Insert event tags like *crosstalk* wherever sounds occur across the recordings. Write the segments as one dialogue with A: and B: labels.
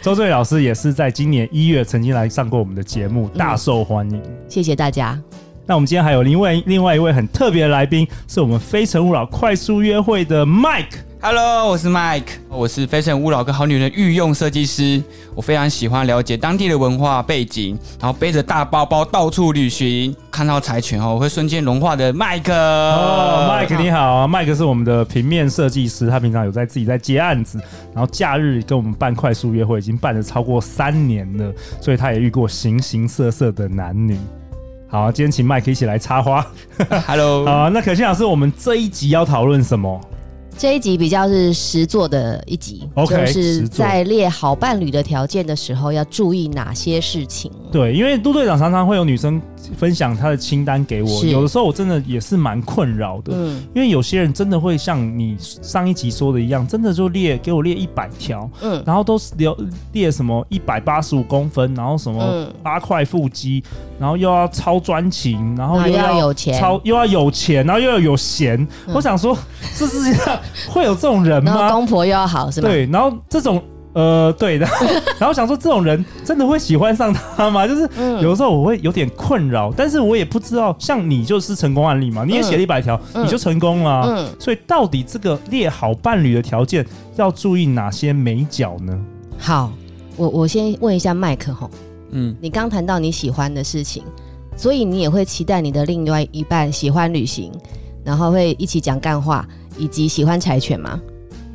A: 周正宇老师也是在今年一月曾经来上过我们的节目，大受欢迎。
B: 谢谢大家。
A: 那我们今天还有另外另外一位很特别的来宾，是我们非诚勿扰快速约会的 Mike。
C: Hello，我是 Mike，我是非诚勿扰跟好女人的御用设计师。我非常喜欢了解当地的文化背景，然后背着大包包到处旅行，看到柴犬后我会瞬间融化的 Mike。
A: 哦
C: 哦
A: ，Mike 你好啊，Mike 是我们的平面设计师，他平常有在自己在接案子，然后假日跟我们办快速约会，已经办了超过三年了，所以他也遇过形形色色的男女。好，今天请 Mike 一起来插花。
C: Hello，
B: 哦
A: 好、那可心老师，我们这一集要讨论什么？
B: 这一集比较是实作的一集
A: OK，
B: 就是
A: 实作
B: 在列好伴侣的条件的时候，要注意哪些事情。
A: 对，因为杜队长常常会有女生分享她的清单给我，
B: 是
A: 有的时候我真的也是蛮困扰的。
B: 嗯
A: 因为有些人真的会像你上一集说的一样，真的就列给我列一百条，
B: 嗯，
A: 然后都是留列什么一百八十五公分，然后什么
B: 嗯
A: 八块腹肌，然后又要超专情，然后
B: 然后
A: 又
B: 啊又要有钱嗯
A: 超又要有钱，然后又要有闲。我想说，这世界上会有这种人
B: 然后
A: 吗？
B: 公婆又要好是吧？
A: 对，然后这种。呃，对 *laughs* 的，然后然后想说这种人真的会喜欢上他吗？就是
B: 嗯
A: 有的时候我会有点困扰，但是我也不知道，像你就是成功案例嘛，你也写了一百条，
B: 嗯
A: 你就成功了啊、
B: 嗯，
A: 所以到底这个列好伴侣的条件要注意哪些美角呢？
B: 好，我我先问一下麦克吼，
C: 嗯，
B: 你刚谈到你喜欢的事情，所以你也会期待你的另外一半喜欢旅行，然后会一起讲干话，以及喜欢柴犬吗？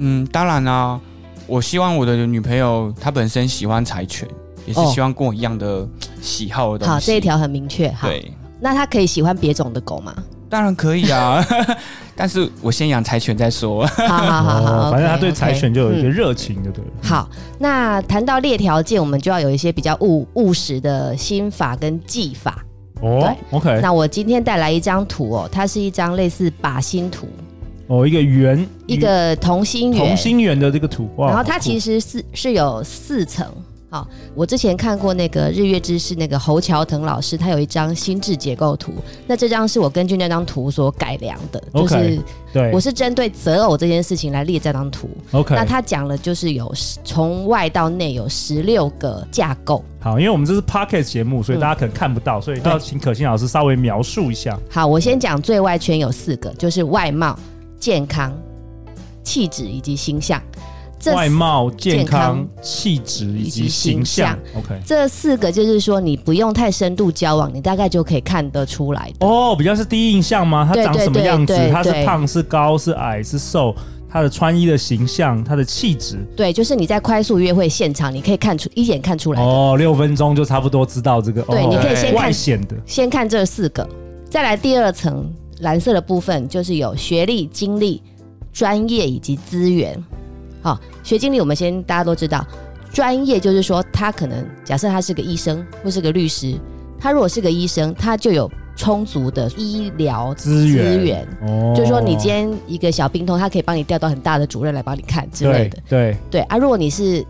C: 嗯，当然啦、我希望我的女朋友她本身喜欢柴犬，也是
B: 哦
C: 希望跟我一样的喜好的东西。
B: 好，这一条很明确。好，
C: 对，
B: 那他可以喜欢别种的狗吗？
C: 当然可以啊， *laughs* 但是我先养柴犬再说。
A: *laughs*
B: 好好好好，
A: 哦反正他
B: OK，
A: 对柴
B: OK，
A: 犬就有一个
B: 嗯
A: 热情，就对了。
B: 好，那谈到列条件，我们就要有一些比较务务实的心法跟技法。
A: 哦，OK，
B: 那我今天带来一张图哦，它是一张类似靶心图，
A: 哦，一个圆，
B: 一个同心圆，
A: 同心圆的这个图，哇
B: 然后它其
A: 实
B: 实是是有四层。好、我之前看过那个《日月之势》，那个侯乔腾老师，他有一张心智结构图。那这张是我根据那张图所改良的，就
A: OK，
B: 是
A: 对
B: 我是针对择偶这件事情来列这张图。
A: ，OK，
B: 那他讲了，就是有十从外到内有十六个架构。
A: 好，因为我们这是 podcast 节目，所以
B: 嗯
A: 大家可能看不到，所以要请可心老师稍微描述一下。
B: 好，我先讲最外圈有四个，就是外貌、健康、气质以及形象。这
A: 外貌、健
B: 健康
A: 康、气质以
B: 以
A: 及
B: 及
A: 形
B: 形
A: 象
B: 象。
A: OK，
B: 这四个就是说，你不用太深度交往，你大概就可以看得出来的。
A: 哦，比较是第一印象吗？他
B: 对
A: 长
B: 对
A: 什么
B: 对
A: 样子
B: 对？
A: 他是
B: 对
A: 胖是高是矮是瘦？他的穿衣的形象，他的气质。
B: 对，就是你在快速约会现场，你可以看出一眼看出来的。
A: 哦，六分钟就差不多知道这个。
B: 对
A: 哦
B: 你
C: 可以先看
A: 外显的。
B: 先看这四个，再来第二层蓝色的部分，就是有学历、经历、专业以及资源。好、学经历我们先大家都知道，专业就是说他可能假设他是个医生或是个律师，他如果是个医生，他就有充足的医疗
A: 资源哦
B: 就是说，你今天一个小病痛，他可以帮你调到很大的主任来帮你看之类的。
A: 对
B: 对啊，如果你是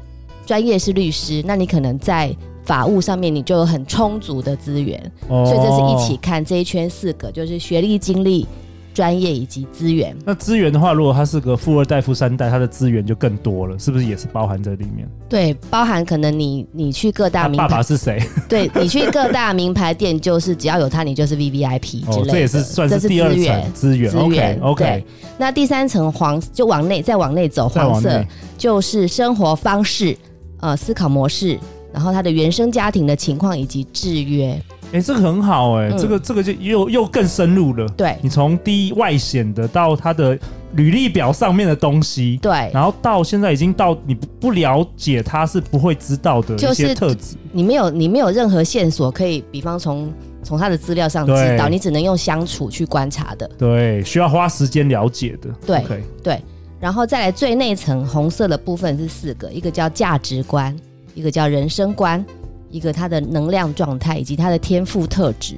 B: 专业是律师，那你可能在法务上面你就有很充足的资源，
A: 对，哦
B: 所以这是一起。看这一圈四个，就是学历、经历、专业以及资源。
A: 那资源的话，如果他是个富二代、富三代，他的资源就更多了，是不是也是包含在里面？
B: 对，包含可能你你去各大
A: 他
B: 名
A: 爸爸
B: 牌，
A: 是谁？
B: *laughs* 对你去各大名牌店，就是只要有他，你就是 V V I P 之类
A: 哦
B: 的。，
A: 这也是算是
B: 这
A: 第二
B: 资
A: 层
B: 源。
A: 资源。
B: 资源
A: OK OK，
B: 对那第三层黄就往内再往内走，
A: 再
B: 黄
A: 往
B: 色
A: 内。
B: 就是生活方式、呃思考模式，然后他的原生家庭的情况以及制约。
A: 哎，这个很好哎、
B: 嗯
A: 这个这个就又又更深入了。
B: 对
A: 你从第一外显的到他的履历表上面的东西，
B: 对，
A: 然后到现在已经到你不不了解他是不会知道的
B: 就
A: 一
B: 是
A: 些特质，
B: 你没有你没有任何线索可以，比方从从他的资料上知道，
A: 对
B: 你只能用相处去观察的。
A: 对，需要花时间了解的。
B: 对
A: OK
B: 对，然后再来最内层红色的部分是四个，一个叫价值观，一个叫人生观，一个他的能量状态以及他的天赋特质。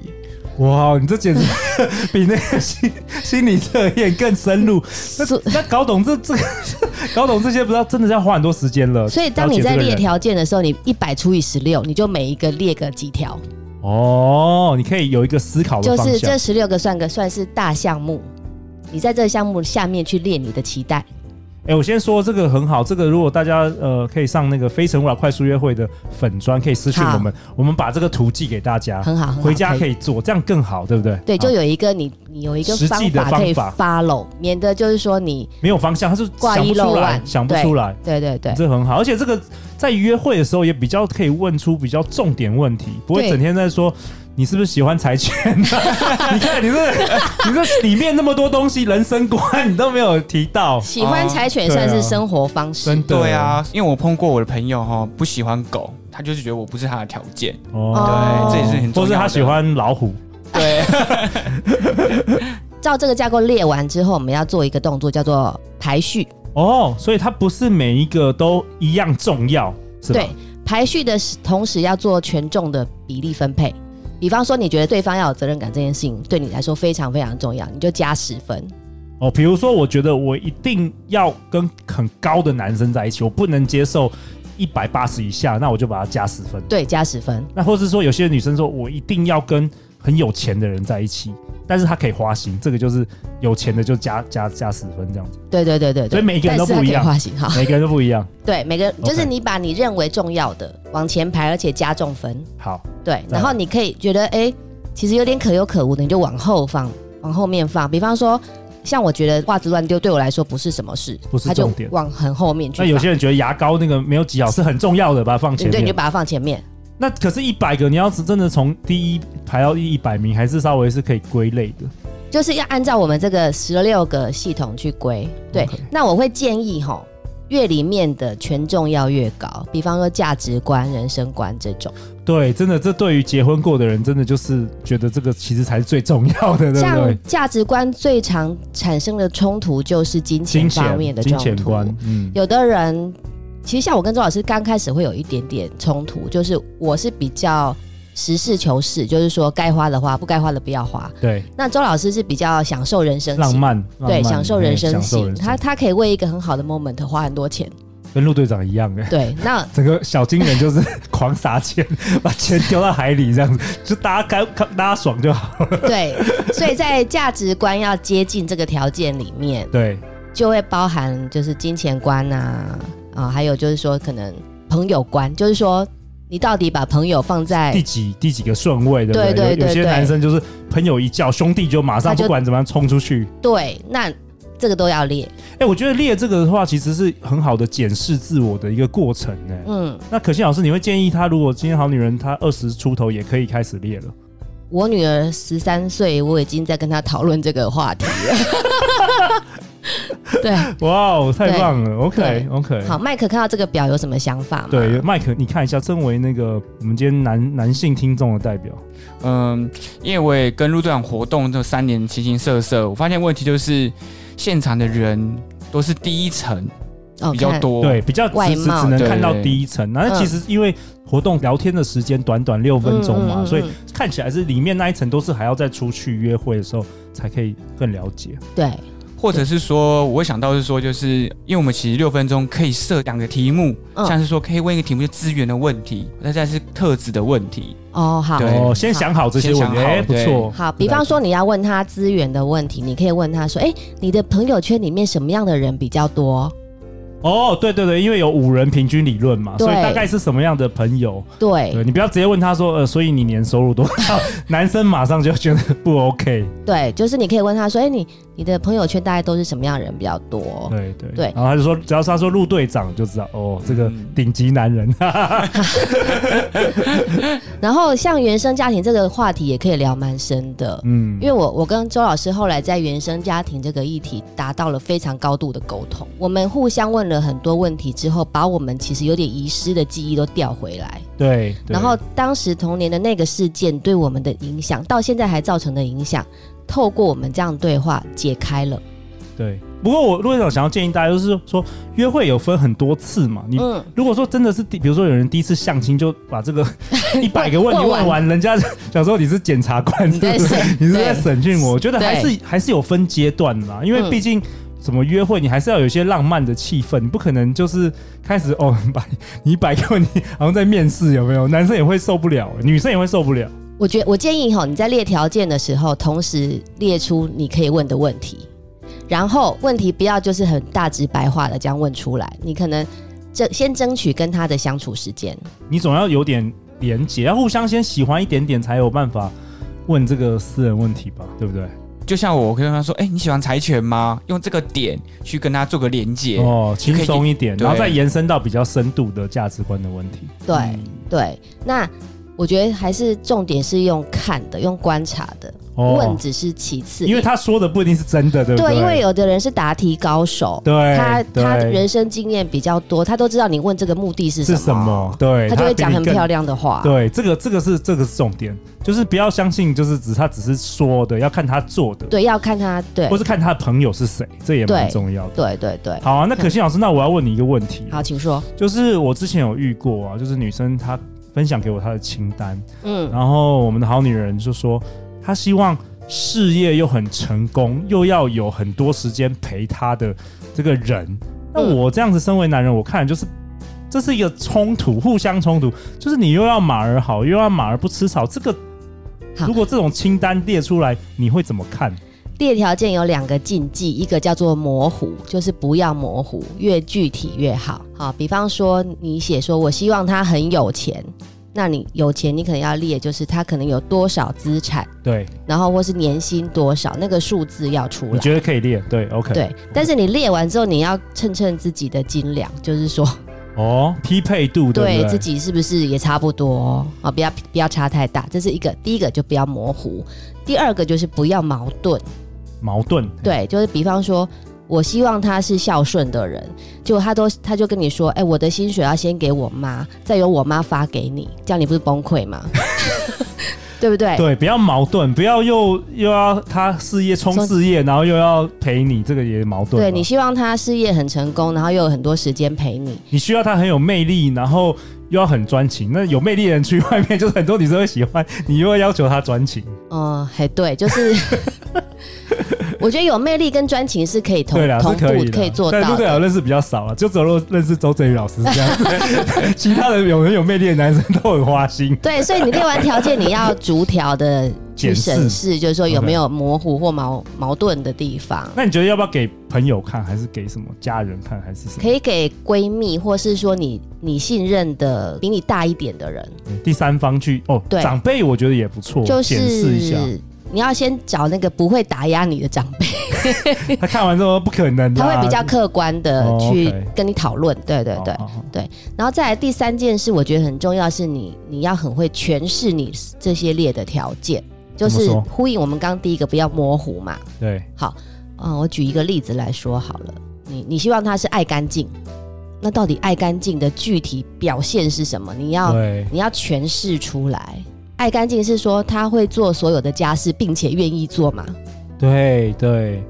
A: 哇，你这
B: *laughs*
A: 简直比那个心心理测验更深
B: *laughs*
A: 入。那
B: 所
A: 那搞懂这这个，搞懂这些，不知道真的是要花很多时间了。
B: 所以当你
A: 了解
B: 在
A: 这个
B: 列
A: 人
B: 条件的时候，你一百除以十六，你就每一个列个几条，
A: 哦，你可以有一个思考的
B: 就
A: 方向。
B: 是这十六个算个算是大项目。你在这个项目下面去列你的期待，
A: 哎、我先说这个很好，这个如果大家呃可以上那个《非诚勿扰》快速约会的粉砖，可以私信
B: 好
A: 我们，我们把这个图寄给大家，
B: 很好很好
A: 回家
B: 可以
A: 可以做，这样更好，对不对？
B: 对，就
A: 好
B: 有一个你你有一个
A: 实
B: 方
A: 际的
B: 法可以
A: 方
B: follow，免得就是说你
A: 没有方向，他是
B: 挂
A: 想
B: 一
A: 不出
B: 漏
A: 来，
B: 万，
A: 想不
B: 对
A: 出来，
B: 对对对，
A: 这很好。而且这个在约会的时候也比较可以问出比较重点问题，不会
B: 对
A: 整天在说。你是不是喜欢柴犬、啊？ *laughs* 你看，你这、你这里面那么多东西，人生观你都没有提到，
B: 喜欢柴犬
A: 哦
B: 算
A: 对
B: 是
A: 啊
B: 生活方式，
A: 真的
C: 对啊，因为我碰过我的朋友哈、不喜欢狗，他就是觉得我不是他的条件。
B: 哦
C: 对，这也是很重
A: 或
C: 要
A: 是
C: 的。
A: 他喜欢老虎，
C: 对， *laughs*
B: 照这个架构列完之后，我们要做一个动作，叫做排序。
A: 哦，所以它不是每一个都一样重要，是吧？
B: 对，排序的同时要做权重的比例分配。比方说，你觉得对方要有责任感这件事情对你来说非常非常重要，你就加十分。
A: 哦，比如说，我觉得我一定要跟很高的男生在一起，我不能接受一百八十以下，那我就把它加十分。
B: 对，加十分。
A: 那或是说，有些女生说我一定要跟很有钱的人在一起，但是她可以花心，这个就是有钱的就加加加十分这样
B: *laughs*
A: 子，
B: 对对对对对。
A: 所以每一个人都
B: 但是它
A: 不一样
B: 可以划型哈。
A: 每个人都不一样。
B: 对，每个
A: OK
B: 就是你把你认为重要的往前排，而且加重分。
A: 好，
B: 对，
A: 再来
B: 然后你可以觉得哎、诶其实有点可有可无的，你就往后放，往后面放。比方说，像我觉得袜子乱丢对我来说不是什么事，
A: 不是
B: 它就
A: 重点
B: 往很后面去
A: 那
B: 放。
A: 有些人觉得牙膏那个没有挤好是很重要的，把它放前
B: 对，你就
A: 面。
B: 把它放前面。
A: 那可是，一百个你要是真的从第一排到一百名，还是稍微是可以归类的。
B: 就是要按照我们这个十六个系统去归。
A: 嗯
B: 对
A: OK
B: 那我会建议吼，越里面的权重要越高，比方说价值观、人生观这种。
A: 对，真的，这对于结婚过的人，真的就是觉得这个其实才是最重要的，对不
B: 像
A: 对？
B: 价值观最常产生的冲突就是金
A: 金
B: 钱方
A: 钱、
B: 面的
A: 金
B: 冲
A: 钱观
B: 突。，
A: 嗯，
B: 有的人其实像我跟周老师刚开始会有一点点冲突，就是我是比较实事求是，就是说该花的花，不该花的不要花。
A: 对，
B: 那周老师是比较享受人生
A: 浪
B: 型，
A: 漫，
B: 对，
A: 浪漫哎
B: 享受人生
A: 享受
B: 型，
A: 人
B: 他他可以为一个很好的 moment 花很多钱。
A: 跟陆队长一样哎。
B: 对，那
A: 整个小金人就是狂撒钱，把钱丢到海里这样子，就大家开开大家爽就好。
B: 对，所以在价值观要接近这个条件里面，
A: 对，
B: 就会包含就是金钱观啊啊，还有就是说可能朋友观，就是说你到底把朋友放在
A: 第几第几个顺位，对不
B: 对对
A: 有有
B: 对
A: 些
B: 对
A: 男生就是朋友一叫，兄弟就马上
B: 他就
A: 不管怎么样冲出去。
B: 对，那这个都要列。
A: 哎，我觉得列这个的话，其实是很好的检视自我的一个过程哎呢。
B: 嗯，
A: 那可心老师，你会建议他，如果今天好女人她二十出头也可以开始列了？
B: 我女儿十三岁，我已经在跟她讨论这个话题了。对，
A: 哇哦，太
B: 对
A: 棒了！OK
B: 对
A: OK，
B: 好，麦克看到这个表有什么想法吗？
A: 对，麦克，你看一下，身为那个我们今天男男性听众的代表，
C: 嗯，因为我也跟陆队长活动这三年形形色色，我发现问题就是现场的人都是第一层
B: 哦，
C: 比较
B: 看
C: 多，
A: 对，比较
B: 外
A: 只只只
B: 貌嗯
A: 能
C: 对
A: 看到第一层。那其实因为活动聊天的时间短短六分钟嘛，
B: 嗯嗯嗯
A: 所以
B: 嗯
A: 看起来是里面那一层都是还要再出去约会的时候才可以更了解。
B: 对，
C: 或者是说，我会想到是说，就是因为我们其实六分钟可以设两个题目，
B: 嗯
C: 像是说可以问一个题目就资源的问题，那再是特质的问题，
B: 哦，好，
C: 对
A: 哦，先想好这些
C: 先
A: 问
C: 想
A: 题，
C: 好
A: 哎，不
C: 对
A: 错。
B: 好，比方说你要问他资源的问题，你可以问他说：“哎、你的朋友圈里面什么样的人比较多
A: 哦，对对对，因为有五人平均理论嘛，所以
B: 对
A: 大概是什么样的朋友？？”
B: 对
A: 对你不要直接问他说，呃，所以
B: *laughs*
A: 你年收入多少？男生马上就觉得不 *laughs* OK。
B: 对，就是你可以问他说：“哎、你你的朋友圈大概都是什么样的人比较多？
A: 对对
B: 哦对嗯
A: 然后他就说，只要是他说陆队长，就知道哦，这个顶级男
B: *laughs*
A: 人。
B: 然后像原生家庭这个话题也可以聊蛮深的，
A: 嗯
B: 因为我我跟周老师后来在原生家庭这个议题达到了非常高度的沟通，我们互相问了很多问题之后，把我们其实有点遗失的记忆都调回来，
A: 对，对
B: 然后当时童年的那个事件对我们的影响，到现在还造成的影响，透过我们这样对话解开了。
A: 对。不过我陆队长想要建议大家，就是说约会有分很多次嘛，你。
B: 嗯，
A: 如果说真的是第，比如说有人第一次相亲就把
B: *laughs*
A: 这个一百个问题
B: 问
A: 问完，人家 *laughs* 想说你是检察官，
B: 你在
A: 是不是
B: 审
A: 你是
B: 对
A: 在审讯我？我觉得还
B: 对
A: 是还是有分阶段的啦，因为
B: 嗯
A: 毕竟。怎么约会？你还是要有一些浪漫的气氛，你不可能就是开始哦，摆你摆个问题，好像在面试，有没有？男生也会受不了，女生也会受不了。
B: 我觉我建议哈，你在列条件的时候，同时列出你可以问的问题，然后问题不要就是很大直白话的这样问出来，你可能争先争取跟他的相处时间。
A: 你总要有点连结，要互相先喜欢一点点，才有办法问这个私人问题吧，对不对？
C: 就像我，我跟他说，哎、你喜欢柴犬吗？用这个点去跟他做个连接。
A: 哦，轻
C: 可以
A: 松一点，
C: 对
A: 然后再延伸到比较深度的价值观的问题。
B: 对、对，那我觉得还是重点是用看的，用观察的，
A: 哦
B: 问只是其次，
A: 因为他说的不一定是真的，对不
B: 对，
A: 对？
B: 因为有的人是答题高手，
A: 对
B: 他
A: 对
B: 他人生经验比较多，他都知道你问这个目的是什
A: 是
B: 么，
A: 什么？对，
B: 他就会讲
A: 比
B: 很
A: 你更
B: 漂。亮的话。
A: 对，这个这个是这个是重点，就是不要相信，就是只他只是说的，要看他做的，
B: 对，要看他，对
A: 或是看他的朋友是谁，这也蛮
B: 对
A: 重要的。
B: 对对对。
A: 好啊，那可心老师，那我要问你一个问题，
B: 好，请说。
A: 就是我之前有遇过啊，就是女生她分享给我她的清单，
B: 嗯，
A: 然后我们的好女人就说，她希望事业又很成功，又要有很多时间陪她的这个人。那
B: 嗯
A: 我这样子身为男人，我看就是这是一个冲突，互相冲突，就是你又要马儿好，又要马儿不吃草。这个
B: 好
A: 如果这种清单列出来，你会怎么看？
B: 列条件有两个禁忌，一个叫做模糊，就是不要模糊，越具体越好。好，比方说你写说我希望他很有钱，那你有钱你可能要列，就是他可能有多少资产，
A: 对，
B: 然后或是年薪多少，那个数字要出
A: 你
B: 来。
A: 觉得可以列？对，OK，，
B: 对，但是你列完之后，你要称称自己的斤两，就是说，
A: 哦，匹配度对不
B: 对
A: 对？
B: 自己是不是也差不多哦啊、不要不要差太大，这是一个。第一个就不要模糊，第二个就是不要矛盾。
A: 矛盾，
B: 对，就是比方说，我希望他是孝顺的人，结果他都他就跟你说，哎、我的薪水要先给我妈，再由我妈发给你，这样你不是崩溃吗？ *laughs* 对不对？
A: 对，不要矛盾，不要又又要他事业冲
B: 冲
A: 事业，然后又要陪你，这个也矛盾嘛。
B: 对你希望他事业很成功，然后又有很多时间陪你，
A: 你需要他很有魅力，然后又要很专情。那有魅力的人去外面，就是很多女生会喜欢，你又要要求他专情，
B: 嗯，还对，就是 *laughs* 我觉得有魅力跟专情是可以同
A: 对啦，是
B: 同步
A: 可以的
B: 可以做
A: 但
B: 到
A: 陆队长
B: 的。
A: 认识比较少了，就只有认识周泽宇老师这样子， *laughs* 其他的有很有魅力的男生都很花
B: *laughs*
A: 心。
B: 对，所以你列完条件，你要逐条的
A: 检
B: 去
A: 视
B: 审视，就是说有
A: OK
B: 没有模糊或矛矛盾的地方。
A: 那你觉得要不要给朋友看，还是给什么家人看，还是什么？
B: 可以给闺蜜，或是说你你信任的比你大一点的人，
A: 第三方去哦，
B: 对
A: 长辈我觉得也不错，
B: 就
A: 检视一
B: *laughs*
A: 下。
B: 是你要先找那个不会打压你的长辈，
A: 他看完之后不可能啦，啊
B: 他会比较客观的
A: 哦
B: 去
A: OK 哦
B: 跟你讨论。对对
A: 好
B: 对，
A: 好好
B: 然后再来第三件事，我觉得很重要是你你要很会诠释你这些列的条件，就
A: 怎
B: 是
A: 么说
B: 呼应我们刚刚第一个不要模糊嘛。
A: 对。
B: 嗯，我举一个例子来说好了，你你希望他是爱干净，那到底爱干净的具体表现是什么？你要
A: 对，
B: 你要诠释出来。爱干净是说他会做所有的家事，并且愿意做嘛？
A: 对对。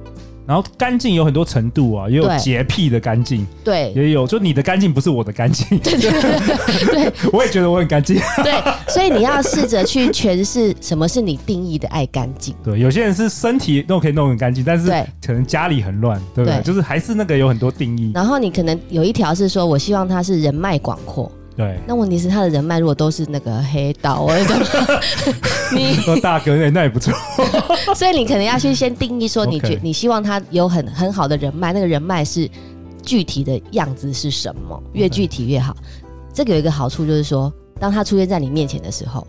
A: 然后干净有很多程度啊，也有
B: 对
A: 洁癖的干净，
B: 对
A: 也有就你的干净不是我的干净。对对对， *laughs* 我也觉得我很干净。
B: *laughs* 对，所以你要试着去诠释什么是你定义的爱干净。
A: 对，有些人是身体弄可以弄很干净，但是
B: 对
A: 可能家里很乱，对不对？
B: 对
A: 就是还是那个有很多定义。
B: 然后你可能有一条是说，我希望他是人脉广阔。
A: 对，
B: 那问题是他的人脉如果都是那个黑道或者什么， *laughs* 你
A: 说大哥， *laughs* 哎那也不错。
B: 所以你可能要去先定义说，你觉
A: OK
B: 你希望他有很很好的人脉，那个人脉是具体的样子是什么，越
A: OK
B: 具体越好。这个有一个好处就是说，当他出现在你面前的时候，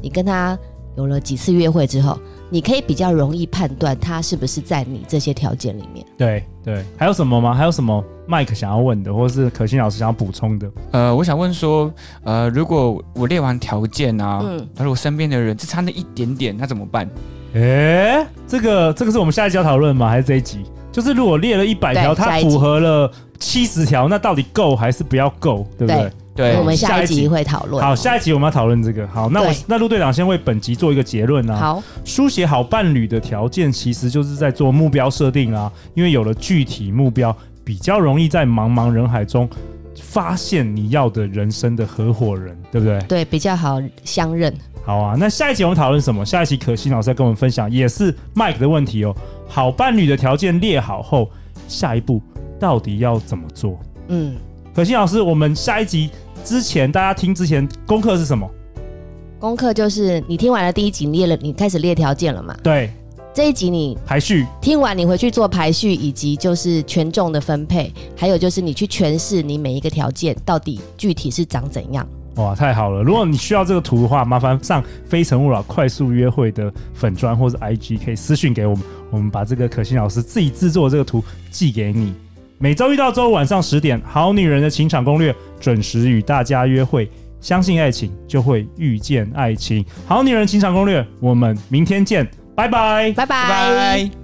B: 你跟他有了几次约会之后，你可以比较容易判断它是不是在你这些条件里面。
A: 对对，还有什么吗？还有什么麦克想要问的，或者是可心老师想要补充的？
C: 呃，我想问说，呃，如果我列完条件啊，
B: 嗯
C: 但是我身边的人只差那一点点，那怎么办？
A: 诶，哎这个这个是我们下一集要讨论吗？还是这一集？就是如果列了一百条，
B: 对
A: 它
B: 下一集
A: 符合了七十条，那到底够还是不要够，对不对
B: 对？
C: 对
B: 我，们
A: 下
B: 下
A: 一
B: 一
A: 集
B: 集会讨论。
A: 好，下一集我们要讨论这个。好，那我
B: 对
A: 那陆队长先为本集做一个结论啊。
B: 好，
A: 书写好伴侣的条件，其实就是在做目标设定啊，因为有了具体目标，比较容易在茫茫人海中发现你要的人生的合伙人，对不对？
B: 对，比较好相认。
A: 好啊，那下一集我们讨论什么？下一集可心老师要跟我们分享，也是 Mike 的问题哦。好伴侣的条件列好后，下一步到底要怎么做？
B: 嗯，
A: 可心老师，我们下一集之前，大家听之前功课是什么？
B: 功课就是你听完了第一集，你列了，你开始列条件了嘛？
A: 对，
B: 这一集你
A: 排序。
B: 听完，你回去做排序，以及就是权重的分配，还有就是你去诠释你每一个条件到底具体是长怎样。
A: 哇，太好了！如果你需要这个图的话，麻烦上《非诚勿扰》快速约会的粉砖或者 IG，可以私讯给我们，我们把这个可心老师自己制作的这个图寄给你。每周一到周五晚上十点，《好女人的情场攻略》准时与大家约会。相信爱情，就会遇见爱情。《好女人情场攻略》，我们明天见，拜拜。
B: 拜拜。
C: 拜拜。